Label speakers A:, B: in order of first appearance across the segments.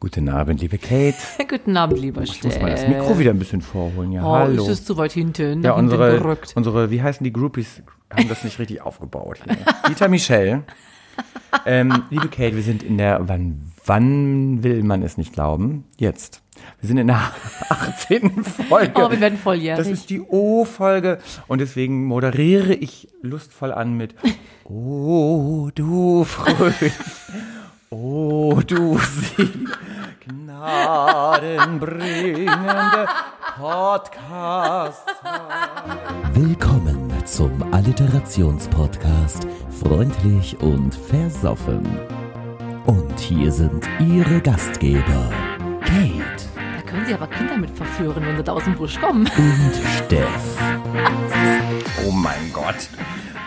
A: Guten Abend, liebe Kate.
B: Guten Abend, lieber
A: Ich muss mal das Mikro wieder ein bisschen vorholen. Ja,
B: Oh,
A: hallo.
B: ist es zu weit hinten?
A: ja,
B: Nach hinten
A: unsere,
B: gerückt.
A: unsere, wie heißen die Groupies, haben das nicht richtig aufgebaut. Hier. Dieter Michel. Ähm, liebe Kate, wir sind in der, wann, wann will man es nicht glauben? Jetzt. Wir sind in der 18. Folge.
B: Oh, wir werden
A: Das
B: volljährig.
A: ist die O-Folge und deswegen moderiere ich lustvoll an mit Oh, du Fröhlich, oh, du sie gnadenbringende Podcast.
C: Willkommen zum Alliterationspodcast Freundlich und Versoffen. Und hier sind Ihre Gastgeber, Kate
B: Da können Sie aber Kinder mit verführen, wenn sie da aus dem Busch kommen.
C: und Steff.
A: Oh mein Gott.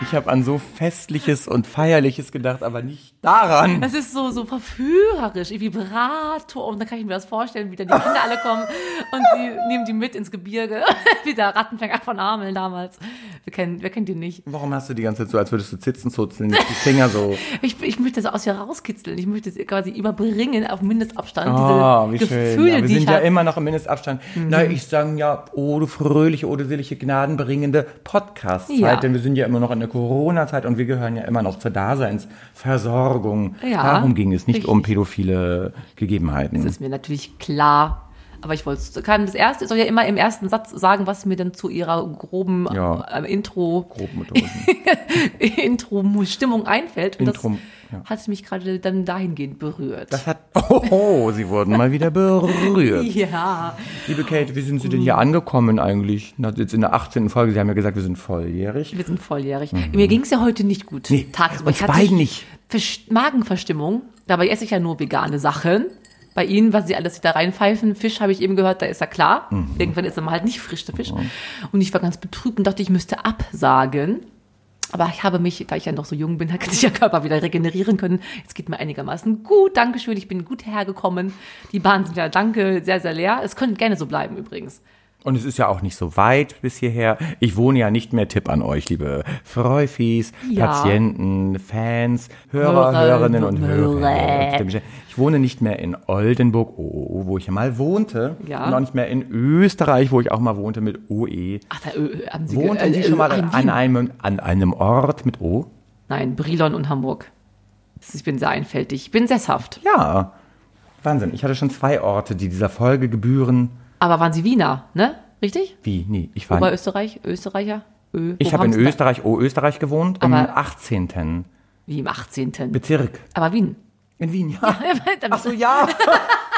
A: Ich habe an so Festliches und Feierliches gedacht, aber nicht daran.
B: Das ist so, so verführerisch, wie Vibrator. Und dann kann ich mir das vorstellen, wie dann die Kinder alle kommen und sie nehmen die mit ins Gebirge. wie der Rattenfänger von Amel damals. Wir kennen, wer kennt die nicht?
A: Warum hast du die ganze Zeit so, als würdest du Zitzen zuzeln, die Finger so...
B: Ich, ich möchte das aus ihr rauskitzeln. Ich möchte es ihr quasi überbringen auf Mindestabstand.
A: Oh, wie
B: Diese
A: schön.
B: Gefühle,
A: Ja, wir
B: die
A: sind
B: ich Mhm.
A: ja
B: habe.
A: immer noch im Mindestabstand. Na, ich sage ja, oh du fröhliche, oh du selige, gnadenbringende Podcast-Zeit,
B: Ja.
A: denn wir sind ja immer noch in der Corona-Zeit und wir gehören ja immer noch zur Daseinsversorgung.
B: Ja.
A: Darum ging es, nicht um
B: Richtig.
A: pädophile
B: Das
A: Gegebenheiten.
B: ist mir natürlich klar. Aber ich wollte es kann das erste, ich soll ja immer im ersten Satz sagen, was mir dann zu ihrer groben
A: Ja.
B: äh, Intro,
A: Grobmethoden.
B: Intro-Stimmung einfällt. Und
A: Intro,
B: das hat mich gerade dann dahingehend berührt.
A: Das hat, oh, oh, sie wurden mal wieder berührt.
B: ja.
A: Liebe Kate, wie sind Sie denn hier angekommen eigentlich? Na, jetzt in der 18. Folge, Sie haben ja gesagt, wir sind volljährig.
B: Wir sind volljährig. Mir ging es ja heute nicht gut.
A: Mhm. Nee,
B: tagsüber.
A: uns
B: Ich hatte
A: beiden nicht.
B: Versch- Magenverstimmung. Dabei esse ich ja nur vegane Sachen. Bei Ihnen, was Sie alles wieder reinpfeifen, Fisch habe ich eben gehört, da ist er klar.
A: Mhm.
B: Irgendwann ist er mal halt nicht frisch, der Fisch. Und ich war ganz betrübt und dachte, ich müsste absagen. Aber ich habe mich, da ich ja noch so jung bin, hat sich der Körper wieder regenerieren können. Jetzt geht mir einigermaßen gut. Dankeschön, ich bin gut hergekommen. Die Bahnen sind ja, danke, sehr, sehr leer. Es könnte gerne so bleiben übrigens.
A: Und es ist ja auch nicht so weit bis hierher. Ich wohne ja nicht mehr. Tipp an euch, liebe Freufis,
B: Ja.
A: Patienten, Fans, Hörer,
B: Hörer,
A: Hörerinnen und
B: Hörer.
A: Hörer. Ich wohne nicht mehr in Oldenburg, oh, wo ich ja mal wohnte.
B: Ja.
A: Und auch nicht mehr in Österreich, wo ich auch mal wohnte mit OE.
B: Ach, da äh, haben Sie
A: Wohnten
B: äh,
A: Sie
B: äh,
A: schon mal
B: in
A: an einem, an einem Ort mit O?
B: Nein, Brilon und Hamburg. Das ist- Ich bin sehr einfältig. Ich bin sesshaft.
A: Ja. Wahnsinn. Ich hatte schon zwei Orte, die dieser Folge gebühren.
B: Aber waren Sie Wiener, ne? Richtig?
A: Wie? Nee, ich war
B: Oberösterreich, Österreicher? Ö,
A: Ich
B: wo
A: habe
B: haben
A: in
B: Sie da-
A: Österreich, O Österreich gewohnt, im
B: Aber-
A: 18.
B: Wie im 18.
A: Bezirk.
B: Aber Wien.
A: In Wien, ja. Ach so, ja.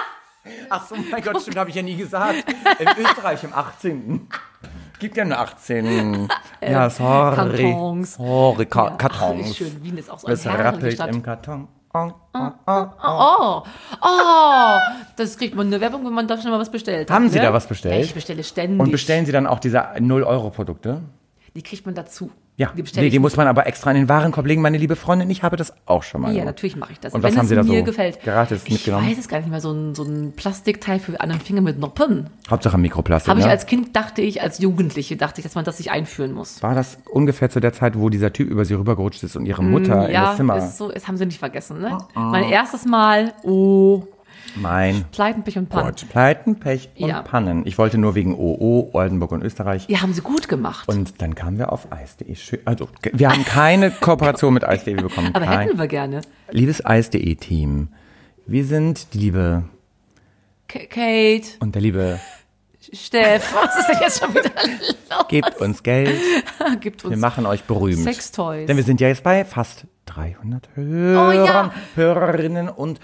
A: Ach so, mein Gott, stimmt, habe ich ja nie gesagt. In Österreich im 18. Gibt ja einen 18. Ja, sorry.
B: Äh, Kartons.
A: Sorry, Ka
B: Ach, ist
A: Kartons.
B: schön. Wien ist auch so eine
A: Es rappelt
B: herrliche
A: im
B: Stadt.
A: Karton.
B: Oh, oh, das kriegt man eine Werbung, wenn man da schon mal was bestellt hat.
A: Haben Sie
B: ne?
A: da was bestellt?
B: Ja, ich bestelle ständig.
A: Und bestellen Sie dann auch diese 0-Euro-Produkte?
B: Die kriegt man dazu.
A: Ja,
B: die
A: die,
B: bestelle
A: die,
B: ich.
A: muss man aber extra in den Warenkorb legen, meine liebe Freundin. Ich habe das auch schon mal.
B: Ja,
A: gemacht.
B: natürlich mache ich das.
A: Und was
B: wenn
A: haben
B: es
A: Sie da
B: mir
A: so
B: gefällt.
A: gratis
B: ich
A: mitgenommen?
B: Ich weiß es gar nicht mehr, so ein, so ein Plastikteil für an einem Finger mit Noppen.
A: Hauptsache Mikroplastik.
B: Habe ich
A: ne?
B: als Kind, dachte ich, als Jugendliche, dachte ich, dass man das sich einführen muss.
A: War das ungefähr zu der Zeit, wo dieser Typ über sie rübergerutscht ist und ihre Mutter in das Zimmer?
B: Mm, ist so, das haben sie nicht vergessen, ne? Mein erstes Mal, oh,
A: mein
B: Pleitenpech und Pan.
A: Gott. Pleiten, Pech und
B: Ja.
A: Pannen. Ich wollte nur wegen OO, Oldenburg und Österreich.
B: Ja, haben sie gut gemacht.
A: Und dann kamen wir auf Eis.de. Schön- Also, ge- wir haben keine Kooperation mit Eis.de bekommen.
B: Aber
A: Kein-
B: hätten wir gerne.
A: Liebes Eis.de-Team, wir sind die Liebe
B: K Kate,
A: und der Liebe
B: Steff, was ist denn jetzt schon wieder los?
A: gebt uns Geld.
B: Gibt
A: Wir
B: uns
A: machen euch berühmt.
B: Sextoys.
A: Denn wir sind ja jetzt bei fast 300
B: Oh,
A: Hörern, Hörerinnen und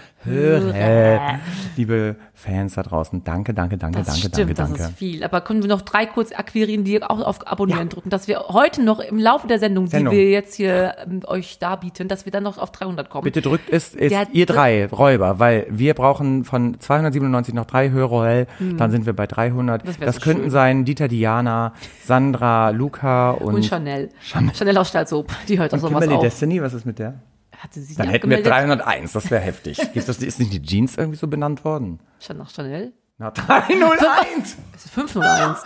A: Hörer. Liebe Fans da draußen, danke, danke, danke,
B: das
A: danke,
B: stimmt,
A: danke,
B: das
A: danke.
B: ist viel. Aber können wir noch drei kurz akquirieren, die auch auf Abonnieren drücken, dass wir heute noch im Laufe der Sendung,
A: Sendung.
B: die wir jetzt hier ähm, euch darbieten, dass wir dann noch auf 300 kommen.
A: Bitte drückt es, es
B: Der-
A: ihr drei Räuber, weil wir brauchen von 297 noch drei Hörer, dann sind wir bei 300. Das,
B: Hm. Das wär so
A: könnten
B: schön.
A: sein Dieter, Diana, Sandra, Luca und,
B: Und Chanel.
A: Chanel.
B: Chanel aus Stalzhoop, die hört auch sowas
A: Kimberly
B: auf.
A: Destiny, was ist mit der?
B: Hatte sie sich
A: Dann
B: nicht
A: hätten wir
B: abgemeldet?
A: 301, das wäre heftig. Ist, das, ist nicht die Jeans irgendwie so benannt worden?
B: Schon nach Chanel?
A: Na, 301!
B: Es ist 501.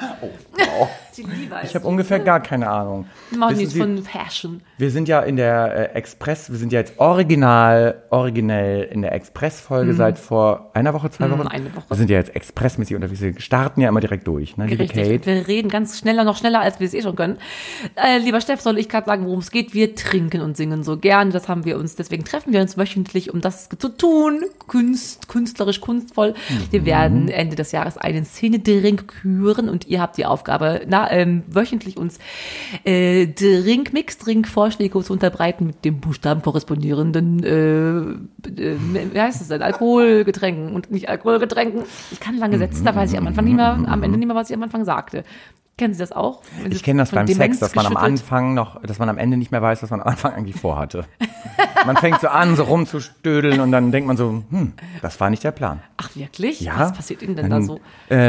A: Wow.
B: Die Levi's.
A: Ich habe ungefähr gar keine Ahnung.
B: Machen
A: Wissen
B: nichts
A: Sie,
B: von Fashion.
A: Wir sind ja in der äh, Express, wir sind ja jetzt original, originell in der Express-Folge seit vor einer Woche, zwei Wochen.
B: Mhm. eine Woche.
A: Wir sind ja jetzt expressmäßig unterwegs. Wir starten ja immer direkt durch, ne, liebe
B: Richtig.
A: Kate?
B: Wir reden ganz schneller, noch schneller, als wir es eh schon können. Äh, lieber Steff, soll ich gerade sagen, worum es geht? Wir trinken und singen so gern. Das haben wir uns, deswegen treffen wir uns wöchentlich, um das zu tun. Kunst, künstlerisch, kunstvoll. Wir werden Ende des Jahres einen Szene-Drink küren und ihr habt die Aufgabe, na, ähm, wöchentlich uns äh, Drink, Mix-Drink-Vorschläge zu unterbreiten mit dem Buchstaben korrespondierenden, äh, äh, wie heißt es denn? Alkoholgetränken und nicht Alkoholgetränken. Ich kann lange Sätze, da weiß ich am Anfang nicht mehr, am Ende nicht mehr, was ich am Anfang sagte. Kennen Sie das auch? Wenn
A: Ich
B: Sie
A: kenne das
B: von
A: beim Sex,
B: Demenz
A: dass man am
B: geschüttelt-
A: Anfang noch, dass man am Ende nicht mehr weiß, was man am Anfang eigentlich vorhatte. man fängt so an, so rumzustödeln und dann denkt man so, hm, das war nicht der Plan.
B: Ach, wirklich?
A: Ja.
B: Was passiert Ihnen denn da
A: Dann, äh,
B: so?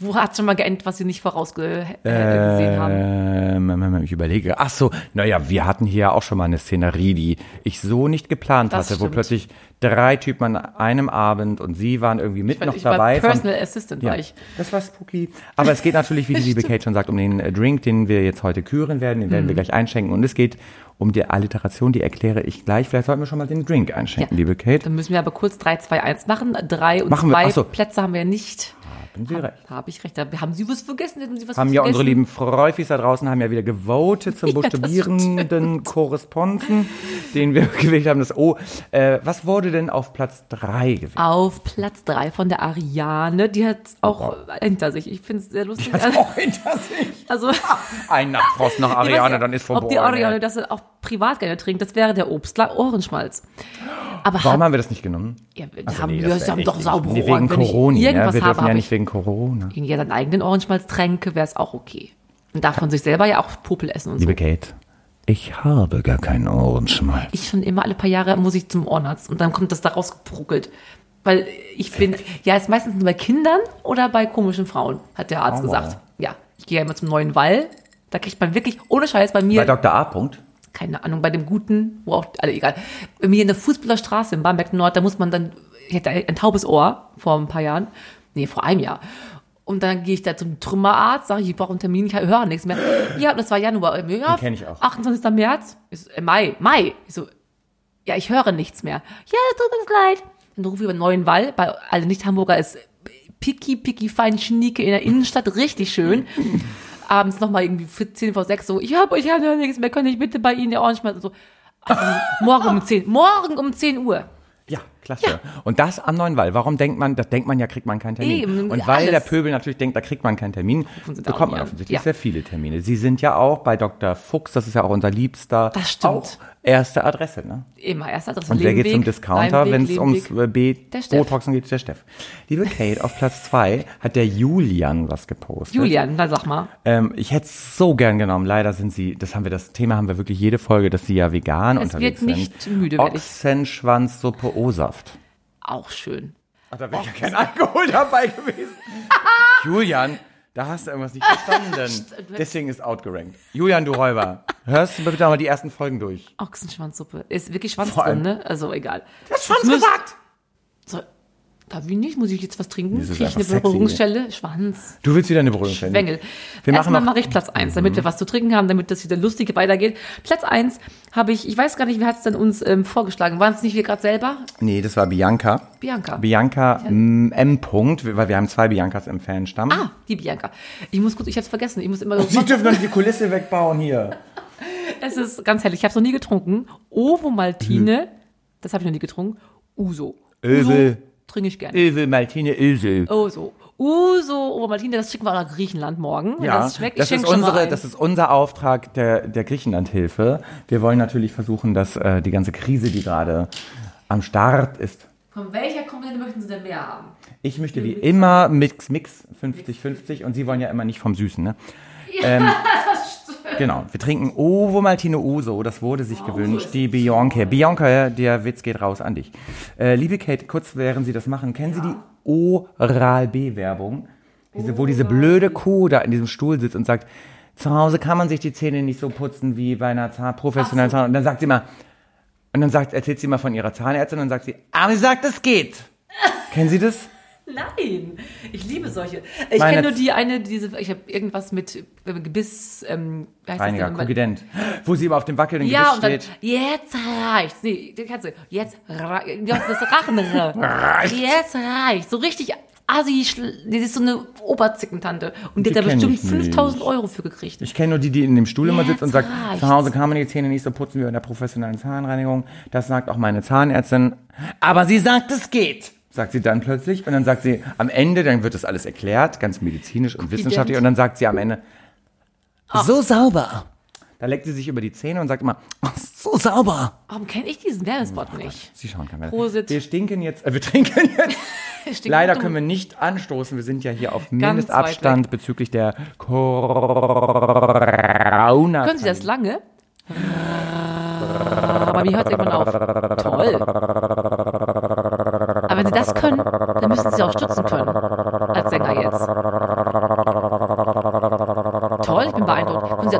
B: Wo hat schon mal geendet, was Sie nicht vorausgesehen
A: Äh,
B: gesehen haben?
A: Ähm, ähm, ähm, ich überlege. Ach so, naja, wir hatten hier ja auch schon mal eine Szenerie, die ich so nicht geplant
B: Das
A: hatte, wo
B: stimmt.
A: plötzlich drei Typen an einem Abend und sie waren irgendwie mit
B: Weil
A: noch
B: ich
A: dabei.
B: war Personal Assistant,
A: ja,
B: war ich.
A: das war spooky. Aber es geht natürlich, wie die liebe Kate schon sagt, um den äh, Drink, den wir jetzt heute küren werden. Den werden
B: Mhm.
A: wir gleich einschenken. Und es geht um die Alliteration, die erkläre ich gleich. Vielleicht sollten wir schon mal den Drink einschenken,
B: Ja.
A: liebe Kate.
B: Dann müssen wir aber kurz 3, 2, 1 machen. 3 und
A: Machen wir,
B: 2
A: ach so.
B: Plätze haben wir nicht.
A: Haben Sie recht.
B: Da habe ich recht. Da haben Sie was vergessen? Haben, Sie was
A: Haben ja unsere
B: vergessen?
A: lieben Freufis da draußen haben ja wieder gewotet zum
B: Ja, das
A: buchstabierenden Korrespondenzen, den wir gewählt haben. Das O. Äh, was wurde denn auf Platz 3 gewählt?
B: Auf Platz 3 von der Ariane. Die hat
A: Oh,
B: auch äh, hinter sich. Ich finde es sehr lustig. Also,
A: auch hinter sich.
B: also
A: Ein Nachtfrost nach
B: Ich weiß
A: Ariane,
B: nicht,
A: dann ist vorbei.
B: Ob die Ariane das auch privat gerne trinkt, das wäre der Obstler Ohrenschmalz. Aber
A: Warum
B: hat,
A: haben wir das nicht genommen?
B: ja, die
A: Ach so,
B: haben,
A: nee,
B: wir
A: wär
B: haben
A: echt
B: doch
A: nicht-
B: saubere
A: nee,
B: Ohren.
A: Wegen Corona.
B: Wenn ich
A: ja.
B: irgendwas
A: Wir
B: habe,
A: dürfen ja
B: hab
A: nicht
B: ich,
A: wegen Corona.
B: wenn ich ja seinen eigenen Ohrenschmalz tränke, wäre es auch okay. Und darf man sich selber ja auch Popel essen und so.
A: Liebe Kate, ich habe gar keinen Ohrenschmalz.
B: Ich schon immer alle paar Jahre muss ich zum Ohrenarzt und dann kommt das da rausgebruckelt. Weil ich bin, ja, ist meistens nur bei Kindern oder bei komischen Frauen, hat der Arzt
A: Aua.
B: gesagt. Ja, ich gehe ja immer zum Neuen Wall. Da kriegt man wirklich, ohne Scheiß, bei mir
A: Bei Dr. A. Punkt.
B: keine Ahnung, bei dem Guten, wo auch, alle egal. Bei mir in der Fußballerstraße in Bamberg Nord, da muss man dann, ich hatte ein taubes Ohr vor ein paar Jahren, nee, vor einem Jahr. Und dann gehe ich da zum Trümmerarzt, sage ich, ich brauche einen Termin, ich höre nichts mehr. Ja, das war Januar. Ja,
A: kenn ich auch.
B: 28. März, ist, äh, Mai, Mai. Ich so, ja, ich höre nichts mehr. Ja, tut uns leid. Dann rufe ich über den neuen Wall. Bei also alle Nicht-Hamburger ist äh, picky, picky, fein, schnieke in der Innenstadt. Richtig schön. Abends nochmal irgendwie 10 vor 6 so, ich hab, ich hab, höre nichts mehr, kann ich bitte bei Ihnen der Orange mal so. Also, morgen um 10, morgen um 10 Uhr.
A: Ja, klasse. Und das am neuen Wall. Warum denkt man, das denkt man ja, kriegt man keinen Termin.
B: Eben,
A: und weil
B: alles.
A: der Pöbel natürlich denkt, da kriegt man keinen Termin,
B: Sie da auch
A: bekommt man
B: nie an.
A: offensichtlich
B: Ja.
A: sehr viele Termine. Sie sind ja auch bei Dr. Fuchs, das ist ja auch unser Liebster.
B: Das stimmt.
A: Auch erste Adresse, ne?
B: Immer, erst Adresse
A: Und wer geht zum
B: Lebenweg,
A: Discounter,
B: Leimweg,
A: wenn es ums
B: Lebenweg.
A: äh, B
B: Der Steff.
A: Botoxen geht? Der Steff. Liebe Kate, auf Platz zwei hat der Julian was gepostet.
B: Julian, na sag mal.
A: Ähm, ich hätte es so gern genommen. Leider sind sie, das haben wir, das Thema haben wir wirklich jede Folge, dass sie ja vegan
B: Es
A: unterwegs
B: wird
A: sind.
B: nicht müde, werd ich.
A: Ochsenschwanzsuppe O-Saft.
B: Auch schön.
A: Ach, da wäre ja kein Alkohol dabei gewesen. Julian, da hast du irgendwas nicht verstanden. Deswegen ist outgerankt. Julian, du Räuber, hörst du bitte mal die ersten Folgen durch.
B: Ochsenschwanzsuppe. Ist wirklich Schwanz
A: Vor allem-
B: drin, ne? Also egal.
A: Das Schwanz
B: müsst-
A: gesagt!
B: So, darf ich nicht? Muss ich jetzt was trinken?
A: Nee, das ist
B: Kriege ich eine
A: einfach sexy. ne?
B: Berührungsstelle? Schwanz.
A: Du willst wieder eine Berührung stellen.
B: Schwengel.
A: Wir machen
B: Erstmal
A: noch-
B: mache ich Platz 1, damit wir was zu trinken haben, damit das wieder lustig weitergeht. Platz 1 habe ich, ich weiß gar nicht, wer hat es denn uns ähm, vorgeschlagen? Waren es nicht wir gerade selber?
A: Nee, das war Bianca.
B: Bianca.
A: Bianca m, M. Punkt, weil wir haben zwei Biancas im Fanstamm.
B: Ah, die Bianca. Ich muss kurz, ich habe es vergessen. Ich muss immer.
A: Sie dürfen doch nicht die Kulisse wegbauen hier.
B: es ist ganz herrlich. Ich habe es noch nie getrunken. Ovo Maltine,
A: Hm.
B: das habe ich noch nie getrunken. Uso. Uso
A: Öwe.
B: trinke ich gerne.
A: Ilse, Martine, Ilse.
B: Oh, so. Uso, Oma Martina, das schicken wir nach Griechenland morgen. wenn
A: Ja,
B: das schmeckt.
A: das,
B: ich
A: ist
B: schenke schon mal
A: unsere,
B: ein.
A: das ist unser Auftrag der, der Griechenlandhilfe. Wir wollen natürlich versuchen, dass äh, die ganze Krise, die gerade am Start ist.
B: Von welcher Komponente möchten Sie denn mehr haben?
A: Ich möchte wie immer Mix, Mix, 50, 50 und Sie wollen ja immer nicht vom Süßen, ne? ähm, genau, wir trinken Ovo Maltino Uso, das wurde sich gewünscht, die Bianca. Bianca, der Witz geht raus an dich. Äh, liebe Kate, kurz während Sie das machen, kennen Sie die Oral-B-Werbung? Diese, wo diese blöde Kuh da in diesem Stuhl sitzt und sagt, zu Hause kann man sich die Zähne nicht so putzen wie bei einer Zahn professionellen Zahn. Und dann sagt sie mal, und dann sagt, erzählt sie mal von ihrer Zahnärztin und dann sagt sie, aber sie sagt, es geht. Kennen Sie das?
B: Nein, ich liebe solche. Ich
A: Meine
B: kenne nur
A: Z-
B: die eine, diese, ich habe irgendwas mit äh, Gebiss, ähm, wie heißt
A: Reiniger,
B: denn?
A: Kongident. Wo sie immer auf dem wackelnden
B: Ja, und dann,
A: Gewicht steht.
B: jetzt reicht's. Nee, den kannst du. Jetzt reicht's. Das Rachenre. Jetzt reicht's. So richtig assi. schl- Das ist so eine Oberzickentante. Und die,
A: Die
B: hat da
A: kenn
B: bestimmt
A: ich nicht.
B: 5000 Euro für gekriegt.
A: Ich kenne nur die, die in dem Stuhl immer
B: Jetzt
A: sitzt und sagt,
B: reicht's.
A: zu Hause kann man die Zähne nicht so putzen wie in der professionellen Zahnreinigung. Das sagt auch meine Zahnärztin. Aber sie sagt, es geht. Sagt sie dann plötzlich. Und dann sagt sie am Ende, dann wird das alles erklärt, ganz medizinisch und wissenschaftlich. Und dann sagt sie am Ende,
B: Ah.
C: So sauber.
A: da leckt sie sich über die Zähne und sagt immer,
C: So sauber.
B: Warum kenne ich diesen Werbespot
A: Oh
B: nicht?
A: sie schauen kann.
B: Prosit.
A: Wir stinken jetzt, äh, wir trinken jetzt.
B: Stinkt
A: Leider
B: dumm.
A: können wir nicht anstoßen. Wir sind ja hier auf
B: weit
A: Mindestabstand bezüglich der Corona.
B: Können Sie das lange? Aber mir hört irgendwann auf. Toll. Aber wenn Sie das können, dann müssen Sie auch stutzen können. Als Sänger jetzt. Toll, ich bin beeindruckt. Können Sie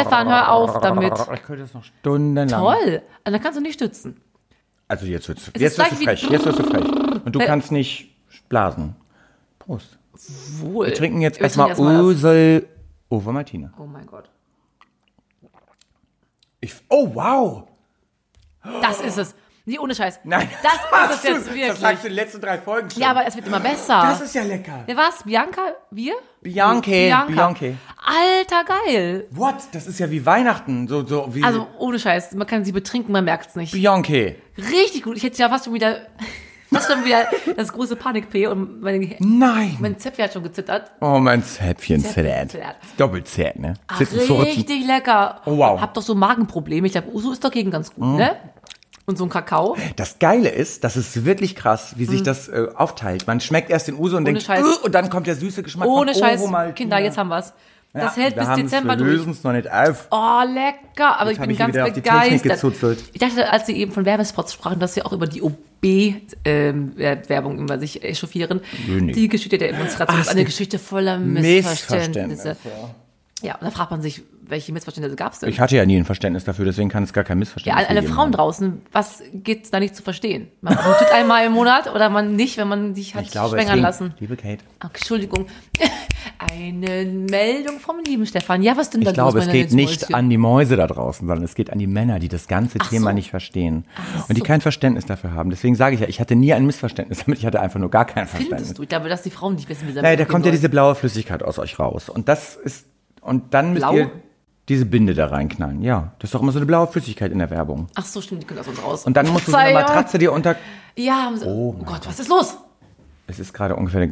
B: Stefan, hör auf damit.
A: Ich könnte das noch stundenlang.
B: Toll. Und dann kannst du nicht stützen.
A: Also jetzt wirst du,
B: Es
A: jetzt wirst
B: ist
A: du
B: gleich wie-
A: frech. Jetzt wirst du frech. Und du
B: Äh.
A: kannst nicht blasen. Prost.
B: Wohl.
A: Wir trinken jetzt
B: Wir
A: erstmal
B: trinken erstmal das.
A: Ursel Over Martina.
B: Oh mein Gott.
A: Ich, oh, wow.
B: Das ist es. Nee, ohne Scheiß.
A: Nein.
B: Das ist es
A: sagst du-
B: jetzt
A: Das sagst
B: wirklich.
A: du die letzten drei Folgen schon.
B: Ja, aber es wird immer besser.
A: das ist ja lecker.
B: Wer war's? Bianca? Wir?
A: Bianche. Bianche.
B: Alter, geil.
A: What? Das ist ja wie Weihnachten. So, so wie
B: Also ohne Scheiß, man kann sie betrinken, man merkt's nicht.
A: Bianche.
B: Richtig gut. Ich hätte ja fast schon wieder, fast schon wieder das große Panik-P und mein,
A: Nein.
B: mein Zäpfchen hat schon gezittert.
A: Oh, mein Zäpfchen
B: Zäpfchen
A: zerrt.
B: zerrt.
A: Doppelt zerrt, ne?
B: Ach,
A: Sitzen zu rutschen.
B: Ah, richtig lecker.
A: Oh, wow. Mhm.
B: Hab doch so Magenprobleme. Ich glaube, Uso ist dagegen ganz gut, ne? Und so ein Kakao.
A: Das Geile ist, das ist wirklich krass, wie sich das äh, aufteilt. Man schmeckt erst den Uso und denkt,
B: Mhm. Scheiß.
A: "Ugh", und dann kommt der süße Geschmack
B: Ohne
A: von
B: Scheiß.
A: Ovo Maltina.
B: Kinder, jetzt haben wir's. Das
A: Ja,
B: hält
A: wir
B: bis
A: haben's,
B: Dezember
A: wir
B: durch.
A: lösen's noch nicht auf.
B: Oh, lecker. Aber ich
A: hab
B: bin
A: ich
B: ganz
A: wieder auf die Technik
B: begeistert.
A: gezuzelt.
B: Ich dachte, als Sie eben von Werbespots sprachen, dass Sie auch über die ähm, OB-Werbung über sich echauffieren.
A: nee.
B: Die Geschichte der Demonstration
A: Ah,
B: ist eine
A: stimmt.
B: Geschichte voller Missverständnisse.
A: Missverständnisse.
B: Ja, und da fragt man sich, welche Missverständnisse gab es denn?
A: Ich hatte ja nie ein Verständnis dafür, deswegen kann es gar kein
B: ja,
A: Missverständnis
B: alle, alle
A: gegeben
B: Frauen
A: haben.
B: draußen, was gibt's da nicht zu verstehen? Man blutet einmal im Monat oder man nicht, wenn man sich hat
A: Ich glaube,
B: schwängern
A: deswegen,
B: lassen.
A: liebe Kate,
B: Ach, Entschuldigung. Eine Meldung vom lieben Stefan. Ja, was denn da
A: ich
B: los,
A: glaube, es
B: meine
A: geht nicht
B: Mäuschen?
A: an die Mäuse da draußen, sondern es geht an die Männer, die das ganze Thema
B: so.
A: nicht verstehen
B: Ach
A: und die
B: so.
A: kein Verständnis dafür haben. Deswegen sage ich ja, ich hatte nie ein Missverständnis damit, ich hatte einfach nur gar kein Verständnis.
B: Findest du? Ich glaube, dass die Frauen nicht wissen, wie sie
A: Naja,
B: damit
A: Äh, da
B: umgehen
A: kommt ja
B: sollen.
A: diese blaue Flüssigkeit aus euch raus. Und das ist. Und dann müsst
B: Blau?
A: ihr diese Binde da reinknallen. Ja, das ist doch immer so eine blaue Flüssigkeit in der Werbung.
B: Ach so, stimmt, die können aus uns raus.
A: Und dann musst du so eine
B: Verzeihung.
A: Matratze dir unter.
B: Ja, haben sie, oh, Gott, was ist los?
A: Es ist gerade ungefähr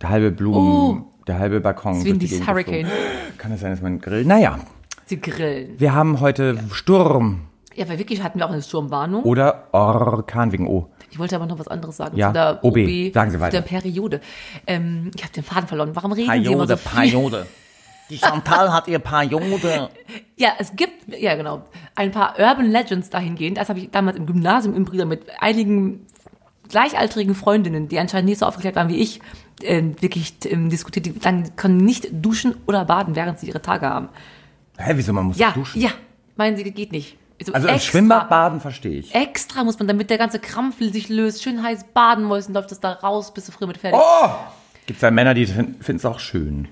A: der halbe Blumen,
B: Oh.
A: der halbe Balkon.
B: Deswegen
A: durch die
B: dieses
A: Gegend geflogen. Kann es sein, dass mein Grill. Naja,
B: Sie grillen.
A: wir haben heute Sturm
B: Ja, weil wirklich hatten wir auch eine Sturmwarnung.
A: oder Orkan wegen O.
B: Ich wollte aber noch was anderes sagen.
A: Oh. Ja,
B: zu der
A: OB.
B: OB
A: Sagen Sie
B: zu
A: weiter.
B: der Periode. Ähm, ich habe den Faden verloren. Warum reden Sie immer so viel?
A: Die Chantal hat ihr Periode.
B: Ja, es gibt, ja genau, ein paar Urban Legends dahingehend. Das habe ich damals im Gymnasium in Brüder mit einigen gleichaltrigen Freundinnen, die anscheinend nicht so aufgeklärt waren wie ich, äh, wirklich ähm, diskutiert. Die dann können nicht duschen oder baden, während sie ihre Tage haben.
A: Hä, wieso man muss
B: Ja,
A: duschen?
B: ja, meinen Sie, geht nicht. So
A: Also im
B: extra-
A: Schwimmbad baden verstehe ich.
B: Extra muss man, damit der ganze Krampf sich löst, schön heiß baden muss und läuft das da raus, bist du früh mit fertig.
A: Oh! Gibt es da Männer, die finden es auch schön.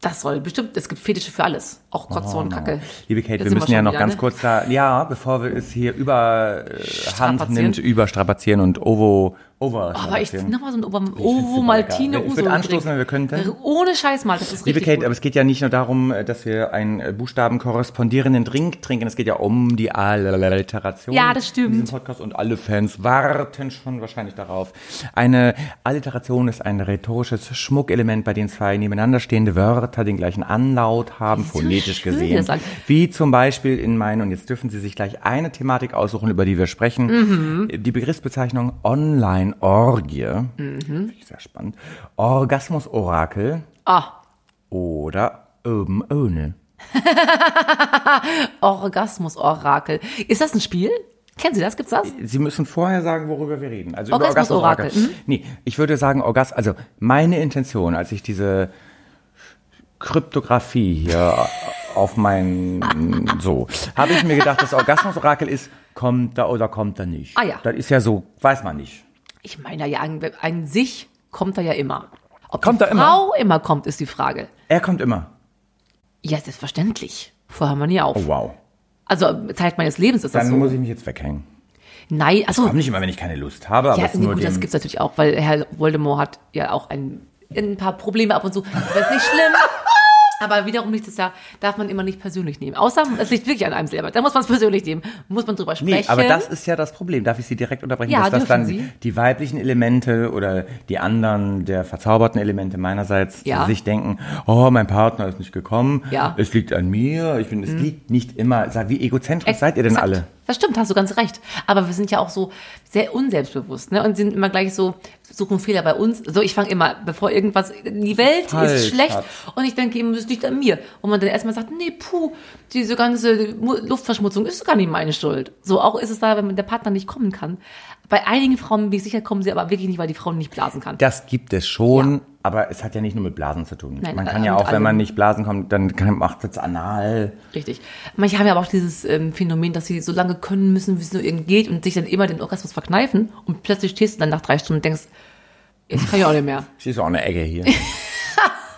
B: Das soll bestimmt, es gibt Fetische für alles. Auch Kotze
A: Oh,
B: und Kacke.
A: Liebe Kate,
B: Da
A: wir
B: sind
A: müssen
B: schon
A: ja noch
B: wieder,
A: ganz
B: ne?
A: kurz da, ja, bevor wir es hier über äh, Hand
B: Strapazieren. Oh,
A: nimmt, überstrapazieren und ovo, over.
B: Aber ich
A: strapazieren.
B: nochmal so ein Ober
A: find's
B: Ovo
A: super
B: Maltine
A: lecker. Ich
B: Uso.
A: würd anstoßen, wenn wir könnten.
B: trinken. Ohne Scheiß mal, das ist
A: Liebe
B: richtig
A: Kate, aber
B: gut.
A: es geht ja nicht nur darum, äh, dass wir einen äh, Buchstaben korrespondierenden Drink trinken, es geht ja um die Alliteration.
B: Ja, das stimmt.
A: In diesem Podcast und alle Fans warten schon wahrscheinlich darauf. Eine Alliteration ist ein rhetorisches Schmuckelement, bei dem zwei nebeneinander stehende Wörter den gleichen Anlaut haben,
B: so
A: phonetisch
B: schön,
A: gesehen.
B: das sagt-
A: Wie zum Beispiel in meinen, und jetzt dürfen Sie sich gleich eine Thematik aussuchen, über die wir sprechen.
B: Mhm.
A: Die Begriffsbezeichnung Online-Orgie. Finde ich Sehr spannend. Orgasmus-Orakel
B: Ah,
A: oder oben ohne.
B: Orgasmus-Orakel. Ist das ein Spiel? Kennen Sie das? Gibt's das?
A: Sie müssen vorher sagen, worüber wir reden. Also
B: Orgasmus-Orakel,
A: Orgasmus-Orakel. Nee, ich würde sagen Orgas, also meine Intention, als ich diese Kryptographie hier auf meinen so, habe ich mir gedacht, das Orgasmus-Orakel ist, kommt da oder kommt da nicht.
B: Ah ja.
A: Das ist ja so, weiß man nicht.
B: Ich meine ja, an, an sich kommt er ja immer. Ob
A: Kommt
B: die
A: er immer?
B: Frau immer? kommt, ist die Frage.
A: Er kommt immer.
B: Ja, selbstverständlich. Vorher hört man nie auf.
A: Oh, wow.
B: Also Zeit meines Lebens ist das
A: Dann
B: so.
A: muss ich mich jetzt weghängen.
B: Nein, also
A: Komm nicht immer, wenn ich keine Lust habe, aber
B: ja,
A: es ist
B: nee,
A: nur
B: gut, das
A: dem,
B: gibt's natürlich auch, weil Herr Voldemort hat ja auch ein, ein paar Probleme ab und zu. Das ist nicht schlimm. Aber wiederum nicht, das ja, darf man immer nicht persönlich nehmen. Außer es liegt wirklich an einem selber. Da muss man es persönlich nehmen. Muss man drüber sprechen.
A: Nee, aber das ist ja das Problem. Darf ich Sie direkt unterbrechen?
B: Ja,
A: dass das
B: dürfen
A: dann
B: Sie.
A: die weiblichen Elemente oder die anderen der verzauberten Elemente meinerseits
B: Ja.
A: sich denken, oh, mein Partner ist nicht gekommen,
B: Ja. Mhm.
A: es liegt an mir, ich bin, es liegt nicht immer. Sag, Wie egozentrisch seid ihr denn
B: Exakt.
A: alle?
B: Das stimmt, hast du ganz recht. Aber wir sind ja auch so sehr unselbstbewusst, ne? Und sind immer gleich so, suchen Fehler bei uns. So, ich fange immer, bevor irgendwas, die Welt
A: Falsch,
B: ist schlecht
A: Schatz.
B: und ich denke eben, das liegt an mir. Und man dann erstmal sagt, nee, puh, diese ganze Mu- Luftverschmutzung ist gar nicht meine Schuld. So, auch ist es da, wenn der Partner nicht kommen kann. Bei einigen Frauen, bin ich sicher, kommen sie aber wirklich nicht, weil die Frau nicht blasen kann.
A: Das gibt es schon, aber es hat ja nicht nur mit Blasen zu tun.
B: Nein,
A: man
B: äh,
A: kann ja
B: mit
A: auch, wenn man
B: allem.
A: nicht Blasen kommt, dann kann, macht das anal.
B: Richtig. Manche haben ja aber auch dieses ähm, Phänomen, dass sie so lange können müssen, wie es nur irgend geht und sich dann immer den Orgasmus verkneifen und plötzlich stehst du dann nach drei Stunden und denkst, jetzt kann ich auch nicht mehr.
A: Schießt auch eine Ecke hier.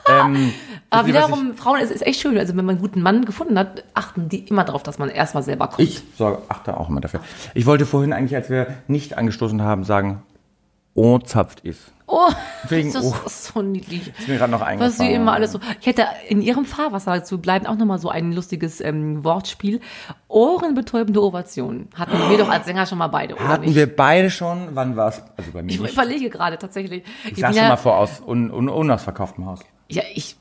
A: ähm,
B: aber
A: wissen Sie, was
B: wiederum, Frauen, es ist echt schön. Also wenn man einen guten Mann gefunden hat, achten die immer darauf, dass man erstmal selber kommt.
A: Ich sorge, achte auch immer dafür. Ich wollte vorhin eigentlich, als wir nicht angestoßen haben, sagen, oh, zapft ist.
B: oh,
A: Wegen
B: das
A: oh.
B: ist so niedlich.
A: Ist mir gerade noch eingefallen.
B: Was sie immer alles so. Ich hätte in ihrem Fahrwasser zu bleiben auch nochmal so ein lustiges ähm, Wortspiel. Ohrenbetäubende Ovationen. Hatten wir doch als Sänger schon mal beide, oder
A: Hatten
B: nicht?
A: wir beide schon, wann war es? Also bei mir
B: ich
A: nicht.
B: überlege gerade tatsächlich.
A: Ich sag schon mal vor, aus un, un, unausverkauftem Haus.
B: Ja, ich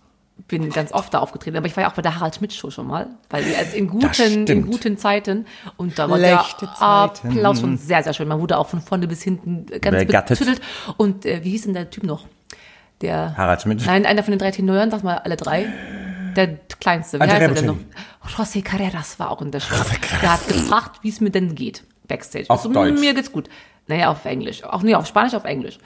B: bin ganz oft da aufgetreten, aber ich war ja auch bei der Harald Schmidt Show schon mal, weil die als in
A: Das
B: guten, in
A: stimmt.
B: guten Zeiten und da war der
A: Schlechte Zeiten.
B: Applaus schon sehr, sehr schön. Man wurde auch von vorne bis hinten ganz
A: Begattet.
B: betüttelt. Und äh, wie hieß denn der Typ noch? Der
A: Harald Schmidt.
B: Nein, einer von den drei Tenoren, sag mal alle drei. Der kleinste. Wie
A: Ah, der
B: heißt er denn noch?
A: Rebucelli.
B: José Carreras war auch in der Show. Der hat gefragt, wie es mir denn geht. Backstage. Also,
A: Auf Deutsch.
B: Mir geht's gut. Naja, auf Englisch. Auch nee, auf Spanisch, auf Englisch.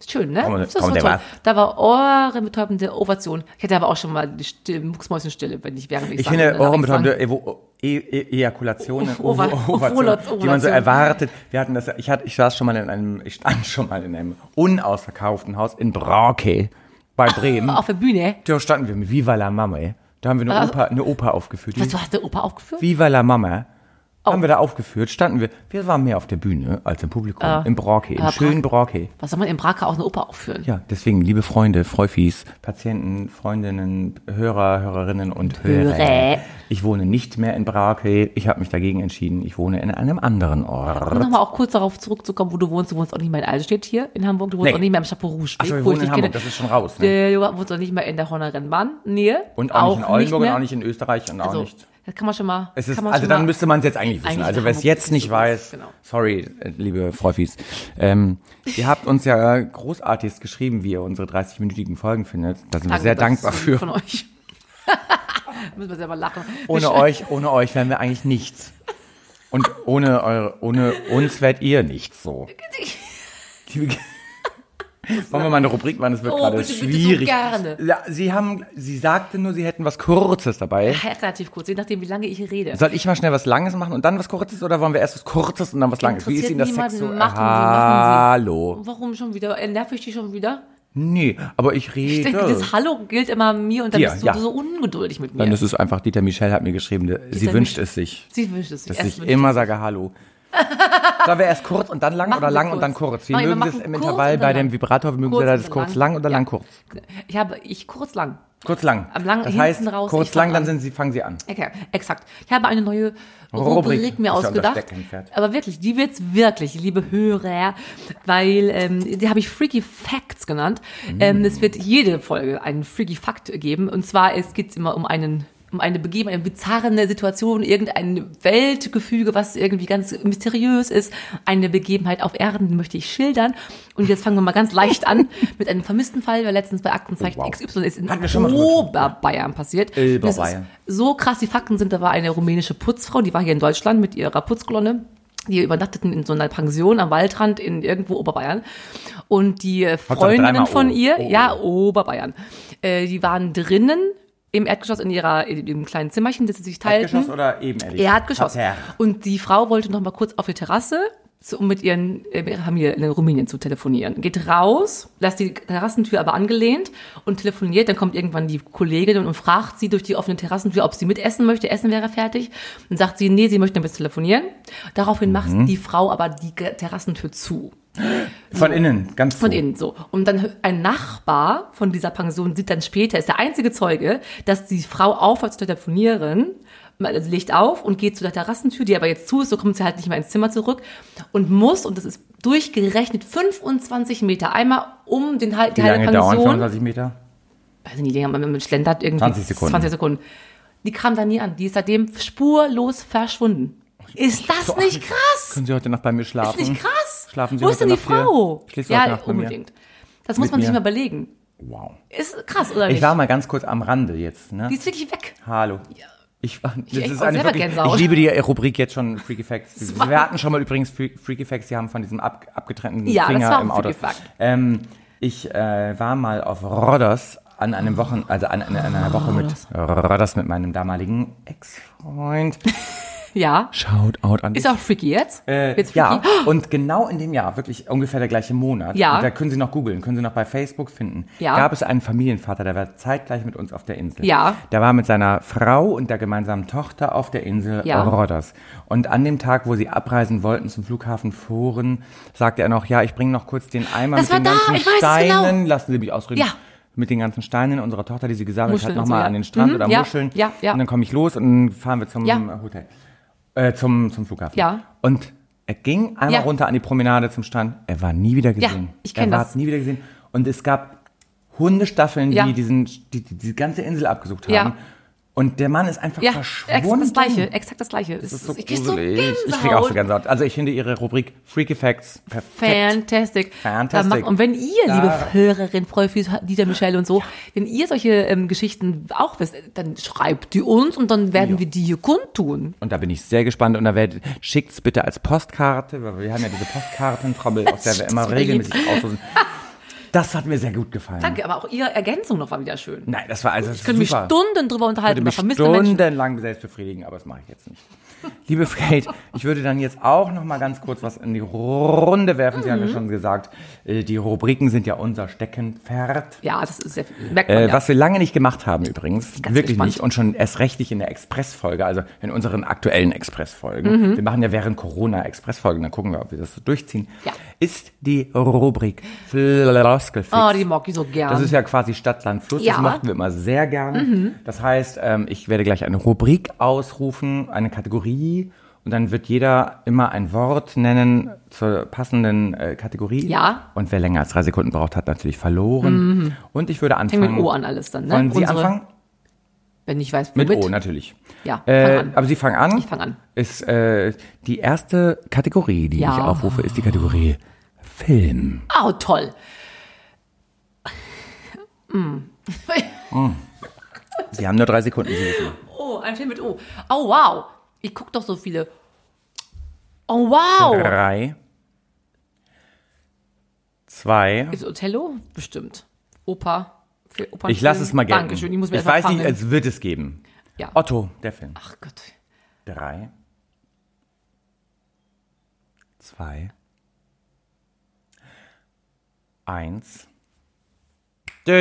B: Ist schön, ne?
A: Komm,
B: das
A: komm,
B: war
A: der
B: toll.
A: war's.
B: Da war ohrenbetäubende Ovation. Ich hätte aber auch schon mal die Still- Mucksmäuschenstille, wenn ich während ich
A: Ich
B: sang,
A: finde
B: dann hab
A: ohrenbetäubende Evo- E- E- Ejakulationen,
B: O- Ova-
A: Ovo-
B: Ovulation.
A: Ovationen, die man so erwartet. Wir hatten das, ich, hatte, ich saß schon mal in einem, ich stand schon mal in einem unausverkauften Haus in Brake bei Bremen.
B: gesungen. Auf der Bühne.
A: Da standen wir mit Viva la Mama. ey. Da haben wir eine
B: Ah.
A: Oper, eine Oper aufgeführt.
B: Was, du hast eine Oper aufgeführt?
A: Viva la Mama.
B: Oh.
A: Haben wir da aufgeführt, standen wir, wir waren mehr auf der Bühne als im Publikum, im Brocke, im
B: Ah,
A: schönen Brocke.
B: Was soll man in Brake auch eine Oper aufführen?
A: Ja, deswegen, liebe Freunde, Freufis, Patienten, Freundinnen, Hörer, Hörerinnen und Hörer.
B: Hörer.
A: Ich wohne nicht mehr in Brake. Ich habe mich dagegen entschieden. Ich wohne in einem anderen Ort.
B: Um nochmal auch kurz darauf zurückzukommen, wo du wohnst. Du wohnst auch nicht mehr in Altstädt hier in Hamburg. Du wohnst
A: Nee.
B: auch nicht mehr im Chapeau Rouge.
A: Achso, wir
B: wo ich
A: wohnen in
B: dich
A: Hamburg,
B: kenne.
A: das ist schon raus. Ne?
B: Der Yoga wohnt auch nicht mehr in der Honner Rennbahn. Nee.
A: Und auch, nicht in Oldenburg und
B: mehr.
A: auch nicht in Österreich und auch
B: Also,
A: nicht.
B: das kann man schon mal.
A: Es ist,
B: kann man
A: also
B: schon
A: dann
B: mal-
A: müsste man es jetzt eigentlich wissen.
B: Eigentlich
A: also
B: nach
A: wer es
B: Hamburg
A: jetzt nicht
B: so
A: weiß,
B: genau.
A: sorry, äh, liebe Freufis, ähm, ihr habt uns ja großartigst geschrieben, wie ihr unsere 30-minütigen Folgen findet. Da sind wir
B: Danke,
A: sehr
B: das
A: dankbar
B: ist
A: für.
B: Von euch. Müssen wir selber lachen.
A: Ohne
B: Wir-
A: euch, ohne euch wären wir eigentlich nichts. Und ohne eure, ohne uns wärt ihr nichts so. Liebe Ge- Wollen wir mal eine Rubrik machen? Das wird
B: Oh,
A: gerade
B: bitte, bitte, so
A: schwierig.
B: gerne.
A: Ja, Sie haben, Sie sagte nur, Sie hätten was Kurzes dabei.
B: Ja, Relativ kurz, je nachdem, wie lange ich rede.
A: Soll ich mal schnell was Langes machen und dann was Kurzes oder wollen wir erst was Kurzes und dann was Langes? Wie ist
B: Interessiert
A: Ihnen das sexuell?
B: niemanden, machen Sie, machen
A: Hallo.
B: Warum schon wieder? Äh, Nerv ich dich schon wieder?
A: Nee, aber ich
B: Ich denke,
A: rede.
B: das Hallo gilt immer mir und dann
A: Dir,
B: bist du
A: ja.
B: so ungeduldig mit mir.
A: Dann ist es einfach, Dieter Michel hat mir geschrieben, sie
B: Dieter
A: wünscht
B: Mich-
A: es sich,
B: Sie wünscht es sich.
A: dass
B: Erst
A: ich
B: wünscht-
A: immer sage Hallo. Sollen wir erst kurz und dann lang
B: Machen
A: oder
B: wir
A: lang und
B: kurz.
A: dann kurz? Wir
B: Nein, wir
A: mögen das
B: machen
A: im
B: kurz
A: Intervall
B: und dann
A: bei dem
B: lang.
A: Vibrator, wir mögen
B: Kurz
A: kurz das
B: und dann
A: kurz
B: lang.
A: lang oder
B: Ja.
A: lang kurz.
B: Ich habe, ich kurz lang.
A: Kurz lang.
B: Am lang
A: das
B: hinten
A: heißt,
B: raus, ich
A: kurz
B: fang
A: lang, dann
B: an.
A: sind sie, fangen sie an.
B: Okay, exakt. Ich habe eine neue
A: Rubrik.
B: Rubrik,
A: Ist
B: mir
A: ja unser
B: ausgedacht.
A: Steckenpferd.
B: Aber wirklich, die wird's wirklich, liebe Hörer, weil ähm, die habe ich Freaky Facts genannt.
A: Mm.
B: Ähm, es wird jede Folge einen Freaky Fact geben. Und zwar es geht's immer um einen um eine Begebenheit, eine bizarre Situation, irgendein Weltgefüge, was irgendwie ganz mysteriös ist. Eine Begebenheit auf Erden möchte ich schildern. Und jetzt fangen wir mal ganz leicht an mit einem vermissten Fall, der letztens bei Aktenzeichen
A: Oh, wow.
B: XY ist in
A: Hatten wir schon mal drüber gesprochen.
B: Oberbayern passiert.
A: Über
B: Das ist
A: Bayern.
B: So krass die Fakten sind, da war eine rumänische Putzfrau, die war hier in Deutschland mit ihrer Putzkolonne. Die übernachteten in so einer Pension am Waldrand in irgendwo Oberbayern. Und die äh,
A: dreimal
B: Freundinnen von
A: O.
B: ihr,
A: O.
B: ja, Oberbayern, äh, die waren drinnen im Erdgeschoss in ihrer in dem kleinen Zimmerchen, das sie sich teilten.
A: Erdgeschoss oder ebenerdig?
B: Er hat geschossen.
A: Parterre.
B: Und die Frau wollte noch mal kurz auf die Terrasse zu, um mit ihren äh, mit ihrer Familie in Rumänien zu telefonieren. Geht raus, lässt die Terrassentür aber angelehnt und telefoniert. Dann kommt irgendwann die Kollegin und fragt sie durch die offene Terrassentür, ob sie mitessen möchte. Essen wäre fertig. Dann sagt sie, nee, sie möchte jetzt telefonieren. Daraufhin macht die Frau aber die Ge- Terrassentür zu.
A: Von innen, ganz
B: Von
A: zu.
B: innen so. Und dann ein Nachbar von dieser Pension sieht dann später, ist der einzige Zeuge, dass die Frau aufhört zu telefonieren, also legt auf und geht zu der Terrassentür, die aber jetzt zu ist, so kommt sie halt nicht mehr ins Zimmer zurück und muss, und das ist durchgerechnet, 25 Meter einmal um den, Hal- die
A: Wie
B: halbe
A: lange dauern
B: Pension.
A: 25 Meter?
B: Weiß ich nicht, länger, man man schlendert irgendwie
A: 20 Sekunden.
B: 20 Sekunden. Die kam da nie an. Die ist seitdem spurlos verschwunden. Ist das nicht krass?
A: Können Sie heute Nacht bei mir schlafen?
B: Ist nicht krass?
A: Mhm. Schlafen Sie
B: Wo
A: heute
B: ist denn die
A: Nacht hier?
B: Frau?
A: Schläfst du heute
B: ja,
A: Nacht bei mir?
B: unbedingt. Das muss
A: Mit
B: man sich
A: mir?
B: mal überlegen.
A: Wow.
B: Ist krass, oder nicht?
A: Ich war mal ganz kurz am Rande jetzt. Ne?
B: die ist wirklich weg.
A: Hallo. Ich, war, das
B: echt
A: ist
B: auch
A: eine
B: selber
A: wirklich,
B: Gänsehaut.
A: ich liebe die Rubrik jetzt schon Freaky Facts.
B: war-
A: Wir hatten schon mal übrigens Fre- Freaky Facts, die haben von diesem ab, abgetrennten
B: Ja, das
A: Finger
B: war auch
A: im
B: ein
A: Auto.
B: Freaky Fact.
A: Ähm, ich äh, war mal auf Rodders an einem Wochen, also an, an, an einer Woche mit Rodders mit meinem damaligen Ex-Freund.
B: Ja.
A: Shoutout an dich.
B: Ist auch freaky jetzt?
A: Äh,
B: Wird's
A: ja,
B: freaky?
A: und genau in dem Jahr, wirklich ungefähr der gleiche Monat,
B: Ja.
A: und da können Sie noch googeln, können Sie noch bei Facebook finden,
B: Ja.
A: gab es einen Familienvater, der war zeitgleich mit uns auf der Insel.
B: Ja.
A: Der war mit seiner Frau und der gemeinsamen Tochter auf der Insel
B: Ja.
A: Rodders. Und an dem Tag, wo sie abreisen wollten zum Flughafen Foren, sagte er noch, ja, ich bringe noch kurz den Eimer
B: Das
A: mit den
B: war da,
A: ganzen
B: ich weiß es genau.
A: Steinen, lassen Sie mich ausreden.
B: Ja.
A: Mit den ganzen Steinen unserer Tochter, die sie gesammelt
B: Muscheln
A: hat,
B: und so,
A: nochmal
B: ja.
A: an den Strand
B: Mhm,
A: oder
B: ja,
A: Muscheln.
B: ja, ja.
A: Und dann komme ich los und dann fahren wir zum
B: Ja.
A: Hotel. Äh, zum, zum Flughafen.
B: Ja.
A: Und er ging einmal
B: Ja.
A: runter an die Promenade zum Strand. Er war nie wieder
B: Ja,
A: gesehen.
B: ich kenn
A: Er war
B: das.
A: nie wieder gesehen. Und es gab Hundestaffeln,
B: Ja.
A: die, diesen, die, die die ganze Insel abgesucht haben.
B: Ja.
A: Und der Mann ist einfach
B: Ja, exakt
A: verschwunden.
B: das gleiche. Exakt das gleiche. Das
A: Das ist so
B: ich krieg so
A: gruselig. ich
B: Gänsehaut.
A: krieg auch so Gänsehaut. Also ich finde ihre Rubrik Freaky Facts perfekt.
B: Fantastic.
A: Fantastic.
B: Da macht- Und wenn ihr,
A: Da-
B: liebe Hörerin, Freufis, Dieter Michelle und so, wenn ihr solche ähm, Geschichten auch wisst, dann schreibt die uns und dann werden wir die hier kundtun.
A: Und da bin ich sehr gespannt. Und da werdet, schickt's bitte als Postkarte, weil wir haben ja diese Postkartentrommel, aus der wir
B: Stimmt,
A: immer
B: das war lieb.
A: regelmäßig auslosen. Das hat mir sehr gut gefallen.
B: Danke, aber auch ihre Ergänzung noch war wieder schön.
A: Nein, das war also das
B: Ich könnte mich
A: super.
B: Stunden drüber unterhalten, über
A: Ich würde mich
B: vermisste Menschen.
A: stundenlang selbst befriedigen, aber das mache ich jetzt nicht. Liebe Fred, ich würde dann jetzt auch noch mal ganz kurz was in die Runde werfen. Sie haben
B: Mhm.
A: ja schon gesagt, äh, die Rubriken sind ja unser Steckenpferd.
B: Ja, das ist sehr, merkt man
A: Äh,
B: ja.
A: Was wir lange nicht gemacht haben übrigens,
B: Ganz
A: wirklich
B: gespannt.
A: nicht und schon erst recht nicht in der Expressfolge, also in unseren aktuellen
B: Mhm.
A: Expressfolgen. Wir machen ja während Corona Expressfolgen, dann gucken wir, ob wir das so durchziehen.
B: Ja.
A: Ist die Rubrik Floskelfix.
B: Oh, die mag ich so gern.
A: Das ist ja quasi Stadt, Land, Fluss. Das
B: Ja. Mhm.
A: mochten wir immer sehr gerne. Das heißt, ähm, ich werde gleich eine Rubrik ausrufen, eine Kategorie. Und dann wird jeder immer ein Wort nennen zur passenden äh, Kategorie.
B: Ja. Mhm.
A: Und wer länger als drei Sekunden braucht, hat natürlich verloren. Und ich würde anfangen.
B: Fängt mit O an alles dann, ne?
A: Wollen Sie
B: Unsere-
A: anfangen?
B: wenn ich weiß,
A: Mit,
B: womit.
A: O ne? natürlich.
B: Ja,
A: Äh,
B: fang an.
A: aber Sie fangen an. Ich
B: fang an.
A: Ist, äh, die erste Kategorie, die
B: Ja.
A: ich aufrufe, ist die Kategorie Film.
B: Oh, toll. Mm.
A: Sie haben nur drei Sekunden. Sie wissen.
B: Oh, ein Film mit O. Oh, wow. Ich gucke doch so viele. Oh, wow.
A: Drei. Zwei.
B: Ist Othello? Bestimmt. Opa. Für Opernfilm.
A: Ich lasse es mal gelten.
B: Dankeschön, ich muss mir
A: ich
B: erst mal
A: weiß nicht,
B: fangen.
A: es wird es geben.
B: ja.
A: Otto, der Film.
B: Ach Gott.
A: Drei. Zwei. Eins. Ich
B: bin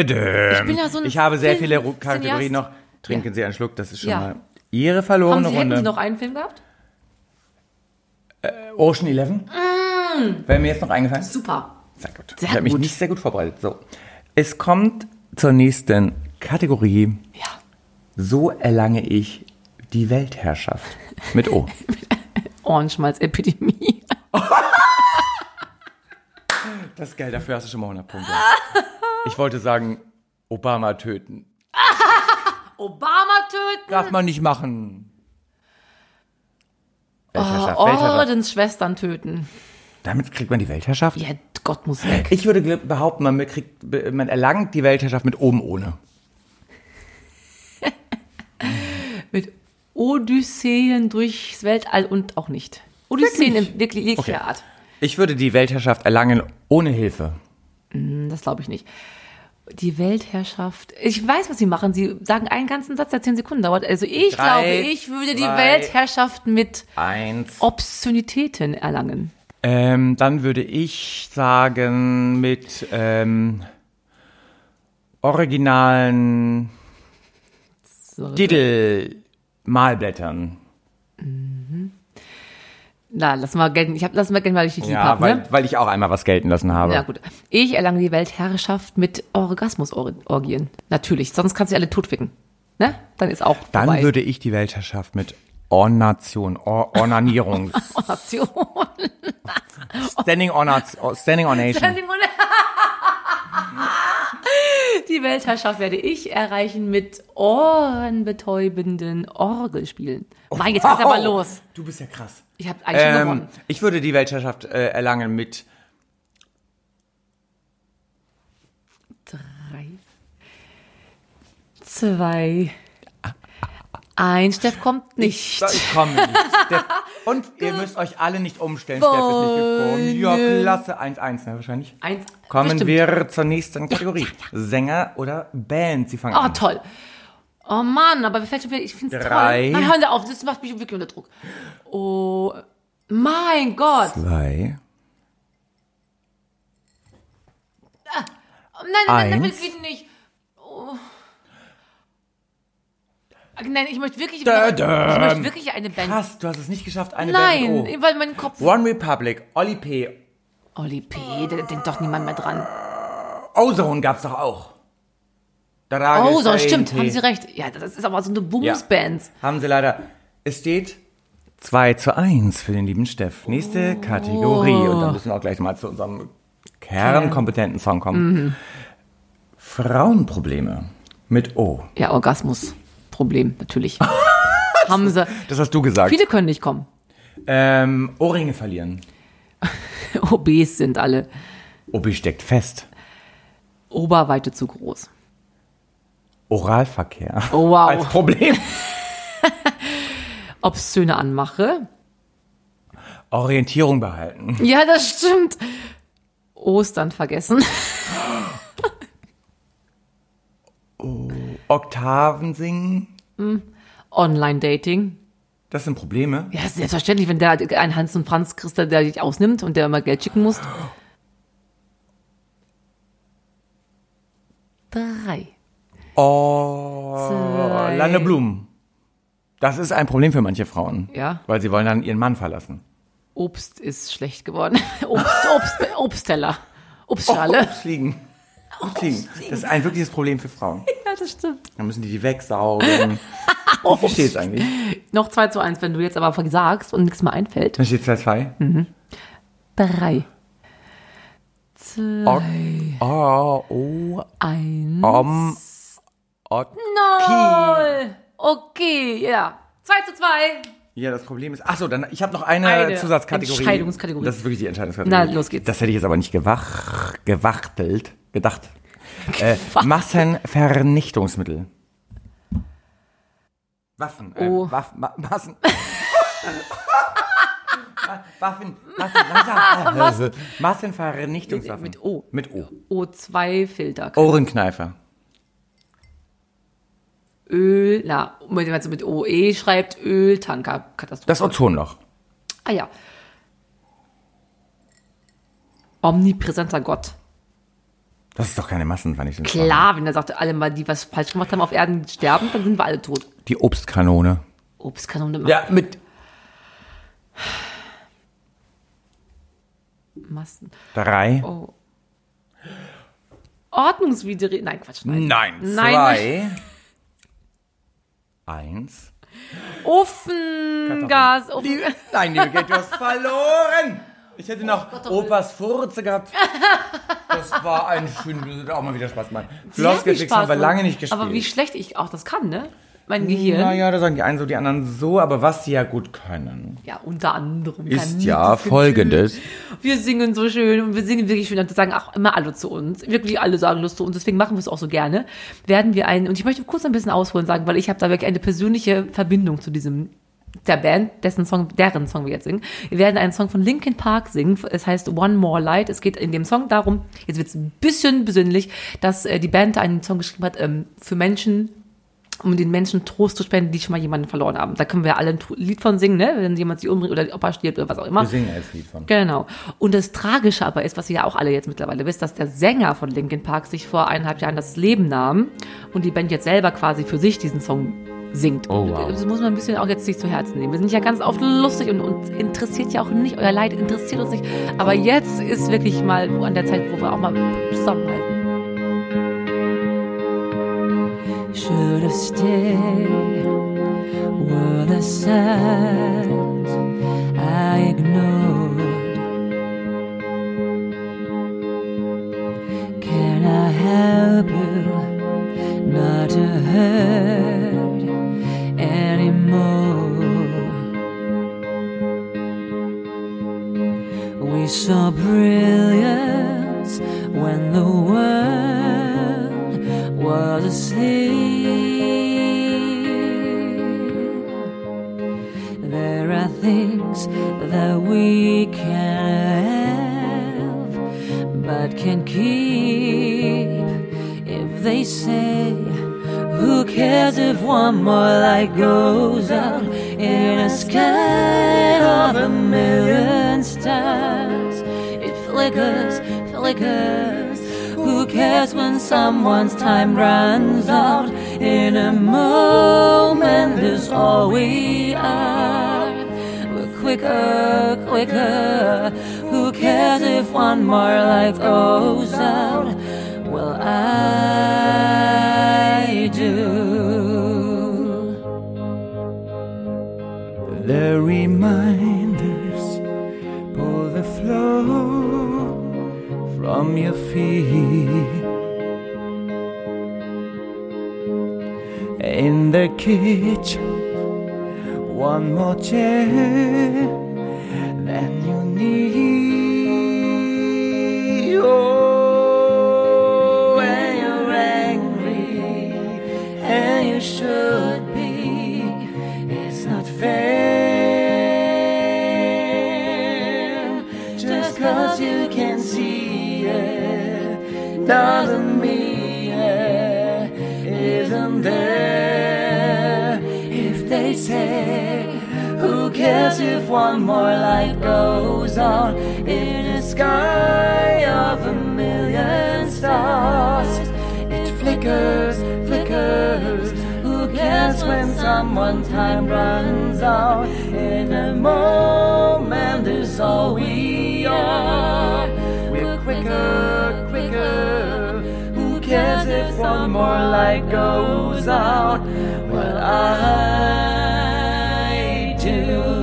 B: ja so ein
A: Ähm, Ich habe sehr
B: Film-
A: viele Ru- Kategorien noch.
B: Cineast.
A: Trinken Sie einen Schluck, das ist schon
B: Ja.
A: mal Ihre
B: Haben
A: verlorene
B: Sie, hätten
A: Runde.
B: Sie noch einen Film gehabt?
A: Ocean Eleven?
B: Mm.
A: Wäre mir jetzt noch eingefallen?
B: Super.
A: Sehr gut.
B: Sehr
A: ich habe mich
B: gut.
A: nicht sehr gut vorbereitet. So. Es kommt zur nächsten Kategorie.
B: Ja.
A: So erlange ich die Weltherrschaft. Mit O.
B: Ohrenschmalz-Epidemie.
A: Das Geld dafür hast du schon mal 100 Punkte. Ich wollte sagen, Obama töten.
B: Obama töten.
A: Darf man nicht machen.
B: Oh,
A: Weltherrschaft, Weltherrschaft.
B: Ordensschwestern töten.
A: Damit kriegt man die Weltherrschaft.
B: Ja, Gott muss weg.
A: Ich würde gl- behaupten, man, kriegt, man erlangt die Weltherrschaft mit oben ohne.
B: Mit Odysseen durchs Weltall und auch nicht. Odysseen in wirklich jeglicher Art.
A: Ich würde die Weltherrschaft erlangen ohne Hilfe.
B: Hm, Das glaube ich nicht. Die Weltherrschaft. Ich weiß, was sie machen. Sie sagen einen ganzen Satz, der zehn Sekunden dauert. Also ich
A: Drei,
B: glaube, ich würde die
A: zwei.
B: Weltherrschaft mit
A: Eins.
B: Obszönitäten erlangen.
A: Ähm, dann würde ich sagen, mit ähm, originalen
B: So.
A: Diddle-Malblättern.
B: Na, lass mal gelten. Ich hab, lass mal gelten, weil ich dich lieb
A: Ja,
B: habe.
A: weil,
B: Ne?
A: weil ich auch einmal was gelten lassen habe.
B: Ja, gut. Ich erlange die Weltherrschaft mit Orgasmusorgien. Natürlich. Sonst kannst du die alle totficken. Ne? Dann ist auch
A: Dann
B: vorbei.
A: würde ich die Weltherrschaft mit Ornation, Or Ornanierung,
B: Nation.
A: Standing, Ornaz Standing Ornation.
B: Die Weltherrschaft werde ich erreichen mit ohrenbetäubenden Orgelspielen. Mein, jetzt geht's aber los.
A: Du bist ja krass.
B: Ich habe eigentlich schon
A: Oh, Ähm,
B: gewonnen.
A: ich würde die Weltherrschaft äh, erlangen mit
B: Drei, zwei,
A: Ah,
B: ein. Steff kommt nicht.
A: Ich komme nicht. Steff. Und ihr müsst euch alle nicht umstellen. Steff ist nicht gekommen. Ja, Klasse 1-1, ne, wahrscheinlich.
B: Eins.
A: Kommen
B: bestimmt.
A: wir zur nächsten Kategorie. Sänger oder Band? Sie fangen
B: Oh,
A: an.
B: toll. Oh Mann, aber mir fällt schon wieder, ich find's
A: Drei.
B: toll. Nein, hör auf, das macht mich wirklich unter Druck. Oh, mein Gott.
A: Zwei.
B: Oh, Nein, nein, nein, nein,
A: Eins.
B: wirklich nicht. Oh. Nein, ich möchte wirklich,
A: Da,
B: ich
A: da.
B: möchte wirklich eine Band.
A: Krass, du hast es nicht geschafft, eine
B: Nein,
A: Band.
B: weil mein Kopf.
A: Oh. One Republic, Oli P.
B: Oli P, da denkt doch niemand mehr dran.
A: Ozone gab's doch auch. Da da
B: Oh,
A: ist
B: so,
A: da
B: stimmt,
A: irgendwie.
B: haben Sie recht. Ja, das ist aber so eine
A: Ja.
B: Booms-Band.
A: Haben sie leider. Es steht 2 zu 1 für den lieben Steff. Nächste
B: Oh.
A: Kategorie. Und dann müssen wir auch gleich mal zu unserem kernkompetenten Song kommen.
B: Mhm.
A: Frauenprobleme mit O.
B: Ja, Orgasmus-Problem, natürlich. haben sie.
A: Das hast du gesagt.
B: Viele können nicht kommen.
A: Ähm, Ohrringe verlieren.
B: OBs sind alle.
A: OB steckt fest.
B: Oberweite zu groß.
A: Oralverkehr.
B: Oh, wow.
A: Als Problem.
B: Obszöne Anmache.
A: Orientierung behalten.
B: Ja, das stimmt. Ostern vergessen.
A: Oktaven singen.
B: Online-Dating.
A: Das sind Probleme.
B: Ja, selbstverständlich, wenn der ein Hans und Franz Christa, der dich ausnimmt und der immer Geld schicken muss. Drei.
A: Oh,
B: Zwei.
A: Lande Blumen. Das ist ein Problem für manche Frauen.
B: Ja.
A: Weil sie wollen dann ihren Mann verlassen.
B: Obst ist schlecht geworden. Obst, Obst, Obstteller. Obstschale.
A: Fliegen. Fliegen. Das ist ein wirkliches Problem für Frauen.
B: Oh, Ja, das stimmt.
A: Dann müssen die die wegsaugen. Ich verstehe es eigentlich.
B: Noch 2 zu 1, wenn du jetzt aber sagst und nichts mehr einfällt.
A: Dann steht 2-2.
B: Drei. Zwei,
A: Oh, oh,
B: eins.
A: um, ok.
B: Null. Okay, ja. 2 zu 2.
A: Ja, das Problem ist. Achso, dann ich habe noch eine,
B: Eine
A: Zusatzkategorie.
B: Entscheidungskategorie.
A: Das ist wirklich die Entscheidungskategorie.
B: Na, los geht's.
A: Das hätte ich jetzt aber nicht gewach, gewachtelt, gedacht. Äh, Massenvernichtungsmittel. Waffen. Äh,
B: Oh.
A: Waff, ma, Massen. Wa- Waffen. Waffen. Langsam. Also, Massenvernichtungswaffen.
B: Mit O.
A: Mit O.
B: O2-Filter.
A: Ohrenkneifer.
B: Öl, na, wenn man so mit OE schreibt, Öltanker. Katastrophe.
A: Das Ozonloch.
B: ah ja. Omnipräsenter Gott.
A: Das ist doch keine Massenvernichtungswaffe.
B: Klar, wenn er sagt, alle mal, die was falsch gemacht haben auf Erden sterben, dann sind wir alle tot.
A: Die Obstkanone.
B: Obstkanone,
A: Ja, mit.
B: Massen.
A: Drei.
B: Oh. Ordnungswidrig. Nein, Quatsch. Nein.
A: Nein,
B: Nein.
A: zwei. Eins.
B: Ofengas. Ofen.
A: Liebe, nein, liebe Kate, du hast verloren. Ich hätte noch Opas Furze gehabt. Das war ein schön, das hat auch mal wieder Spaß gemacht. Floskelfix haben wir lange nicht gespielt.
B: ne? Aber wie schlecht ich auch das kann, ne? Mein Gehirn.
A: naja, da sagen die einen so, die anderen so, aber was sie ja gut können,
B: Ja, unter anderem. kann
A: ist
B: nie
A: ja
B: das Gefühl.
A: folgendes.
B: Wir singen so schön und wir singen wirklich schön. Und das sagen auch immer alle zu uns. Wirklich alle sagen das zu uns. Deswegen machen wir es auch so gerne. Werden wir einen, und ich möchte kurz ein bisschen ausholen sagen, weil ich habe da wirklich eine persönliche Verbindung zu diesem, der Band, dessen Song, deren Song wir jetzt singen. Wir werden einen Song von Linkin Park singen. Es heißt One More Light. Es geht in dem Song darum, jetzt wird es ein bisschen besinnlich, dass äh, die Band einen Song geschrieben hat ähm, für Menschen, um den Menschen Trost zu spenden, die schon mal jemanden verloren haben. Da können wir alle ein Tu- Lied von singen, ne? wenn jemand sie umbringt oder Opa stirbt oder was auch immer.
D: Wir singen als Lied von.
B: Genau. Und das Tragische aber ist, was ihr ja auch alle jetzt mittlerweile wisst, dass der Sänger von Linkin Park sich vor eineinhalb Jahren das Leben nahm und die Band jetzt selber quasi für sich diesen Song singt.
D: Oh, wow.
B: Das muss man ein bisschen auch jetzt sich zu Herzen nehmen. Wir sind ja ganz oft lustig und uns interessiert ja auch nicht, euer Leid interessiert uns nicht. Aber jetzt ist wirklich mal an der Zeit, wo wir auch mal zusammenhalten. Should have stayed were the signs I ignored. Can I help you not to hurt anymore? We saw brilliance when the world was asleep. There are things that we can have, but can keep if they say, Who cares if one more light goes out in a sky of a million stars? It flickers, flickers. Who cares when someone's time runs out? In a moment, is all we are. We're quicker, quicker. Who cares if one more life goes out? Well, I do.
D: The reminders pull the flow from your feet. In the kitchen, one more chair than you need. Oh, when you're angry, and you should be. It's not fair. Just cause you can see it doesn't mean it isn't there. If they say, who cares if one more light goes on in a sky of a million stars? It flickers, flickers. Who cares when someone time runs out? In a moment is all we are. We're quicker, quicker. Who cares if one more light goes out? Well, I do.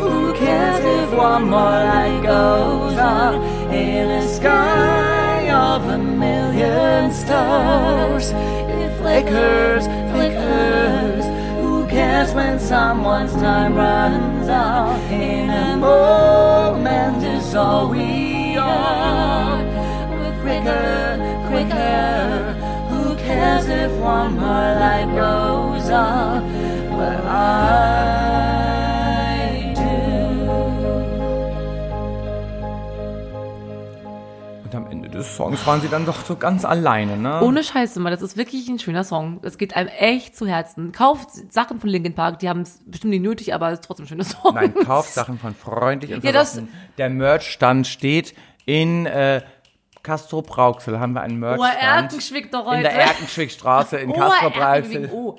D: Who cares if one more light goes out in a sky of a million stars? It flickers, flickers. Who cares when someone's time runs out? In a moment is all we are. We're quicker, quicker. Who cares if one more light goes out? But I do. Und am Ende des Songs waren sie dann doch so ganz alleine, ne?
B: Ohne Scheiße, mal, das ist wirklich ein schöner Song. Das geht einem echt zu Herzen. Kauft Sachen von Linkin Park, die haben es bestimmt nicht nötig, aber es ist trotzdem ein schöner Song.
D: Nein, kauft Sachen von freundlich und
B: Ja, das-
D: verlassen. Der Merchstand steht in äh, Castro Brauxel. Haben wir einen
B: Oh,
D: Merchstand.
B: Erkenschwick doch heute.
D: in der Erkenschwickstraße in Castro
B: Erkenschwick,
D: Brauxel.
B: Oh,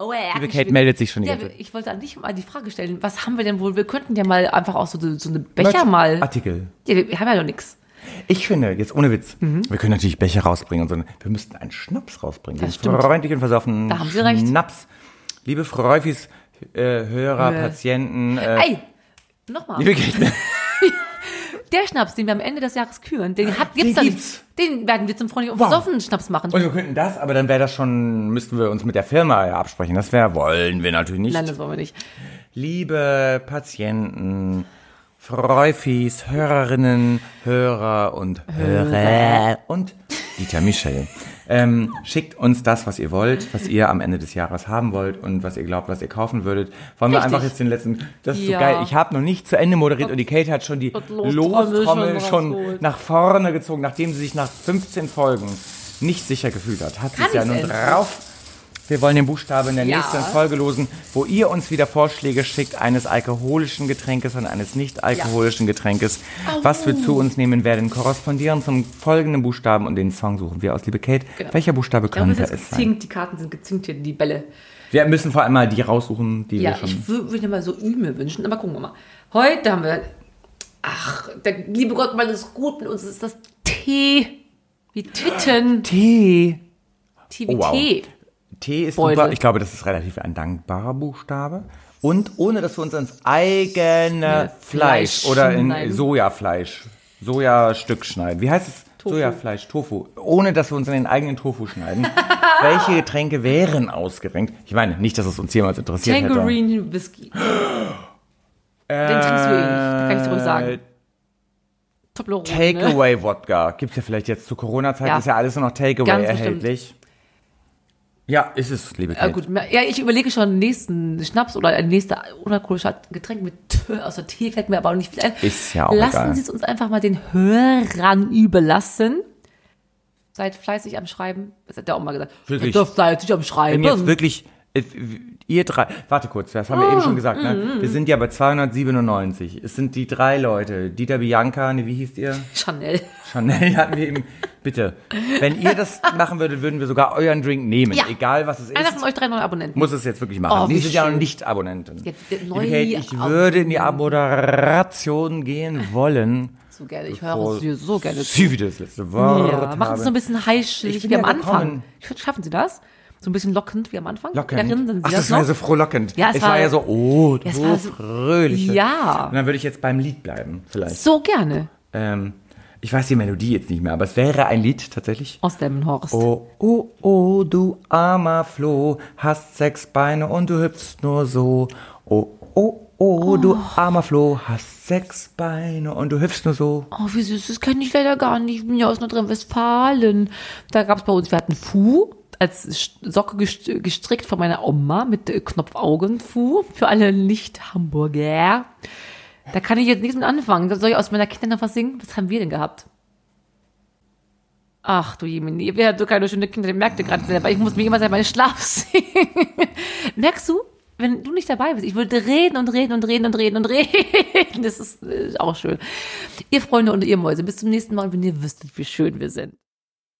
B: oh,
D: Liebe
B: Erkenschwick.
D: Kate meldet sich schon die
B: Ja,
D: ganze Zeit.
B: ich wollte an dich mal die Frage stellen, was haben wir denn wohl? Wir könnten ja mal einfach auch so, so eine Becher mal.
D: Artikel.
B: Ja, wir haben ja noch nichts.
D: Ich finde, jetzt ohne Witz,
B: Mhm.
D: wir können natürlich Becher rausbringen und so. Wir müssten einen Schnaps rausbringen.
B: Das
D: Den
B: stimmt.
D: freundlichen versoffenen
B: Da haben Sie recht.
D: Schnaps. Liebe Freufis, äh, Hörer,
B: Äh.
D: Patienten, äh,
B: Ey, nochmal.
D: liebe Kate,
B: Der Schnaps, den wir am Ende des Jahres küren, den hat, gibt's
D: Den
B: da
D: gibt's. Oh
B: nicht. Den werden wir zum freundlichen und versoffenen Schnaps machen.
D: Und wir könnten das, aber dann wäre das schon, müssten wir uns mit der Firma ja absprechen. Das wäre, wollen wir natürlich nicht.
B: Nein, das wollen wir nicht.
A: liebe Patienten, Freufis, Hörerinnen, Hörer und Hörer und Dieter Michel. Ähm, schickt uns das, was ihr wollt, was ihr am Ende des Jahres haben wollt und was ihr glaubt, was ihr kaufen würdet. Wollen wir
B: Richtig.
A: einfach jetzt den letzten. Das ist
B: Ja.
A: so geil. Ich habe noch nicht zu Ende moderiert und die Kate hat schon die
B: Und Lostrommel
A: Lostrommel
B: schon
A: schon,
B: rausgeholt.
A: nach vorne gezogen, nachdem sie sich nach 15 Folgen nicht sicher gefühlt hat. Hat sie
B: Kann
A: es ja
B: ich's
A: nun
B: endlich?
A: drauf. Wir wollen den Buchstaben in der
B: Ja.
A: nächsten Folge losen, wo ihr uns wieder Vorschläge schickt eines alkoholischen Getränkes und eines nicht alkoholischen Getränkes, was wir zu uns nehmen werden, korrespondieren zum folgenden Buchstaben und den Song suchen wir aus, liebe Kate. Welcher Buchstabe
B: Ja, aber
A: könnte
B: Genau. das
A: es sein?
B: gezinkt, die Karten sind gezinkt hier, die Bälle.
A: Wir müssen vor allem mal die raussuchen, die
B: Ja,
A: wir schon.
B: ich würde mir mal so Üme wünschen, aber gucken wir mal. Heute haben wir, ach, der liebe Gott, man ist gut mit uns, ist das T. Wie Titten.
A: T.
B: T wie
A: Oh, wow.
B: T.
A: T ist
B: Beutel.
A: super. Ich glaube, das ist relativ ein dankbarer Buchstabe. Und ohne, dass wir uns ans eigene Fleisch,
B: Fleisch
A: oder in
B: schneiden.
A: Sojafleisch, Sojastück schneiden. Wie heißt es?
B: Tofu.
A: Sojafleisch, Tofu. Ohne, dass wir uns an den eigenen Tofu schneiden. Welche Getränke wären ausgerenkt? Ich meine, nicht, dass es uns jemals interessiert hätte. Äh,
B: Tangerine Whisky. Den trinkst du eh nicht, da kann ich dir ruhig sagen. Toblerone. ne?
A: Takeaway-Wodka gibt's ja vielleicht jetzt zu Corona-Zeiten,
B: Ja.
A: ist ja alles nur noch Takeaway
B: Ganz bestimmt.
A: erhältlich. Ja, ist es, liebe
B: Ja,
A: Kate.
B: Ah, gut. Ja, ich überlege schon den nächsten Schnaps oder ein nächster unalkoholischer Getränk mit Tö aus der Tee, fällt mir aber auch nicht viel ein.
A: Ist ja auch
B: Lassen
A: egal.
B: Sie es uns einfach mal den Hörern überlassen. Seid fleißig am Schreiben. Das hat der auch mal gesagt.
A: Wirklich.
B: Seid doch fleißig am Schreiben.
A: Wenn jetzt wirklich äh, ihr drei, warte kurz, das haben wir
B: Oh.
A: eben schon gesagt,
B: Mm,
A: ne? Wir sind ja bei 297. Es sind die drei Leute, Dieter Bianca, ne, wie hieß ihr?
B: Chanel.
A: Chanel hatten wir eben. Bitte, wenn ihr das machen würdet, würden wir sogar euren Drink nehmen,
B: Ja.
A: egal was es
B: Einer
A: ist.
B: von euch drei neuen Abonnenten.
A: Muss es jetzt wirklich machen.
B: Oh,
A: wir
B: wie
A: sind ja
B: schön.
A: noch nicht Abonnenten.
B: Jetzt, äh,
A: Liebe
B: neue
A: Kate, ich
B: Ab-
A: würde in die Moderation gehen wollen.
B: so gerne. Ich
A: Bevor
B: höre es dir so gerne zu.
A: Sie wieder das letzte Wort.
B: Ja, machen Sie es so ein
A: haben.
B: bisschen
A: Ich
B: heischig
A: bin
B: wie
A: ja
B: am Anfang.
A: gekommen.
B: Schaffen Sie das? So ein bisschen lockend wie am Anfang? Erinnern
A: Lockend.
B: Sie
A: Ach,
B: das,
A: das
B: noch?
A: war so frohlockend.
B: Ja,
A: es war, ja so, oh,
B: es
A: du
B: war so-
A: fröhliche.
B: Ja.
A: Und dann würde ich jetzt beim Lied bleiben, vielleicht.
B: so gerne.
A: Ähm, ich weiß die Melodie jetzt nicht mehr, aber es wäre ein Lied tatsächlich.
B: Aus dem Horst.
A: Oh, oh, oh, du armer Floh, hast sechs Beine und du hüpfst nur so. Oh, oh, oh, du armer Floh, hast sechs Beine und du hüpfst nur so.
B: Oh, wie süß, das kenne ich leider gar nicht. Ich bin ja aus Nordrhein-Westfalen. Da gab es bei uns, wir hatten Fu als Sch- Socke gest- gestrickt von meiner Oma mit äh, Knopfaugen. Fu für alle Nicht-Hamburger. Da kann ich jetzt nichts mit anfangen. Soll ich aus meiner Kindheit noch was singen? Was haben wir denn gehabt? Ach du Jemini, ihr wärt so keine schöne Kinder, ihr merkt ihr gerade selber. Ich muss mich immer selber in den Schlaf singen. Merkst du, wenn du nicht dabei bist, ich würde reden und reden und reden und reden und reden. Das ist äh, auch schön. Ihr Freunde und ihr Mäuse, bis zum nächsten Mal, wenn ihr wüsstet, wie schön wir sind.